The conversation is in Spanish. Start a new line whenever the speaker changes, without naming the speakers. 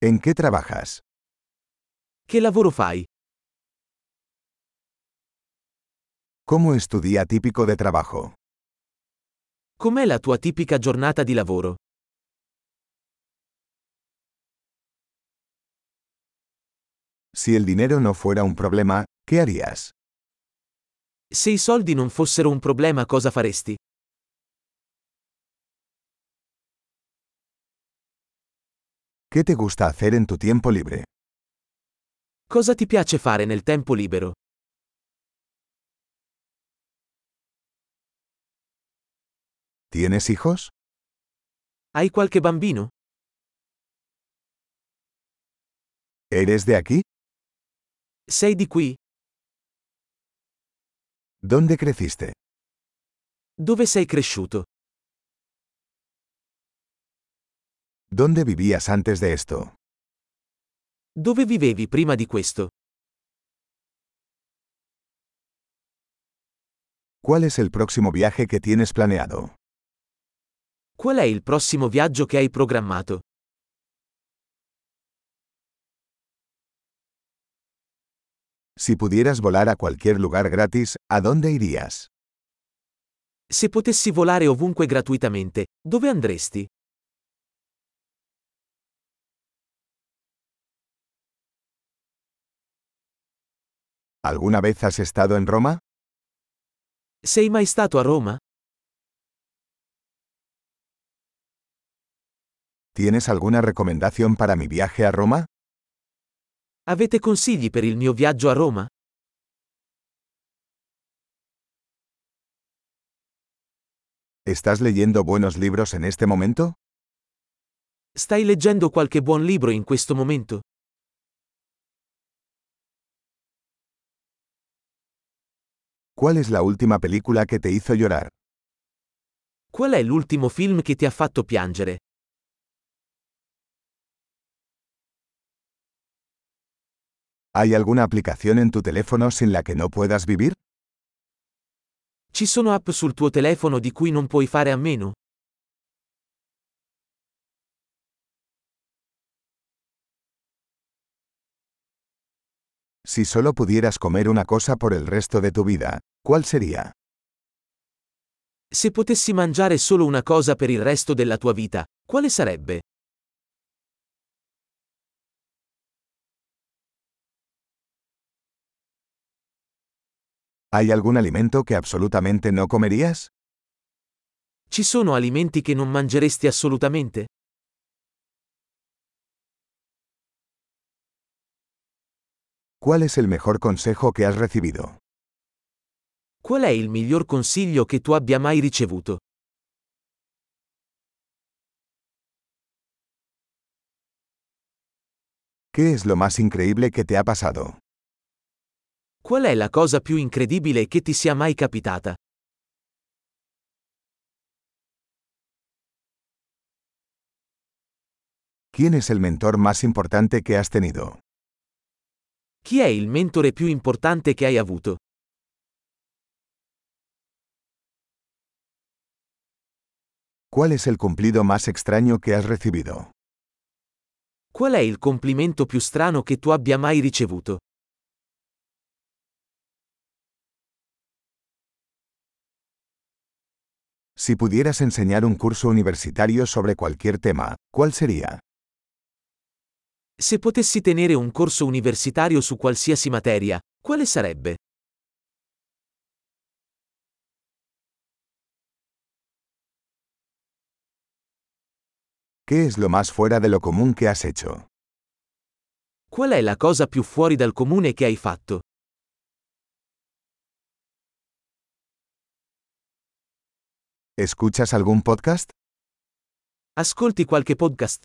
¿En qué trabajas?
Che lavoro fai?
¿Cómo es tu día típico de trabajo?
Com'è la tua tipica giornata di lavoro?
Si el dinero no fuera un problema, ¿qué harías?
Se i soldi non fossero un problema cosa faresti?
¿Qué te gusta hacer en tu tiempo libre?
Cosa ti piace fare nel tempo libero?
¿Tienes hijos?
Hai qualche bambino?
¿Eres de aquí?
Sei di qui?
¿Dónde creciste?
Dove sei cresciuto?
¿Dónde vivías antes de esto?
Dove vivevi prima di questo?
¿Cuál es el próximo viaje que tienes planeado?
Qual è il prossimo viaggio che hai programmato?
Si pudieras volar a cualquier lugar gratis, ¿a dónde irías?
Se potessi volare ovunque gratuitamente, dove andresti?
¿Alguna vez has estado en Roma?
Sei mai stato a Roma?
¿Tienes alguna recomendación para mi viaje a Roma?
Avete consigli per il mio viaggio a Roma?
¿Estás leyendo buenos libros en este momento?
Stai leggendo qualche buon libro in questo momento?
¿Cuál es la última película que te hizo llorar?
Qual è l'ultimo film che ti ha fatto piangere?
¿Hay alguna aplicación en tu teléfono sin la que no puedas vivir?
Ci sono app sul tuo telefono di cui non puoi fare a meno?
Si solo pudieras comer una cosa por el resto de tu vida, ¿cuál sería?
Se potessi mangiare solo una cosa per il resto della tua vita, quale sarebbe?
¿Hay algún alimento que absolutamente no comerías?
Ci sono alimenti che non mangeresti assolutamente?
¿Cuál es el mejor consejo que has recibido?
Qual è il miglior consiglio che tu abbia mai ricevuto?
¿Qué es lo más increíble que te ha pasado?
Qual è la cosa più incredibile che ti sia mai capitata?
¿Quién es el mentor más importante que has tenido?
Chi è il mentore più importante che hai avuto?
¿Cuál es el cumplido más extraño que has recibido?
Qual è il complimento più strano che tu abbia mai ricevuto?
Si pudieras enseñar un curso universitario sobre cualquier tema, ¿cuál sería?
Se potessi tenere un corso universitario su qualsiasi materia, quale sarebbe?
¿Qué es lo más fuera de lo común que has hecho?
Qual è la cosa più fuori dal comune che hai fatto?
¿Escuchas algún podcast?
Ascolti qualche podcast?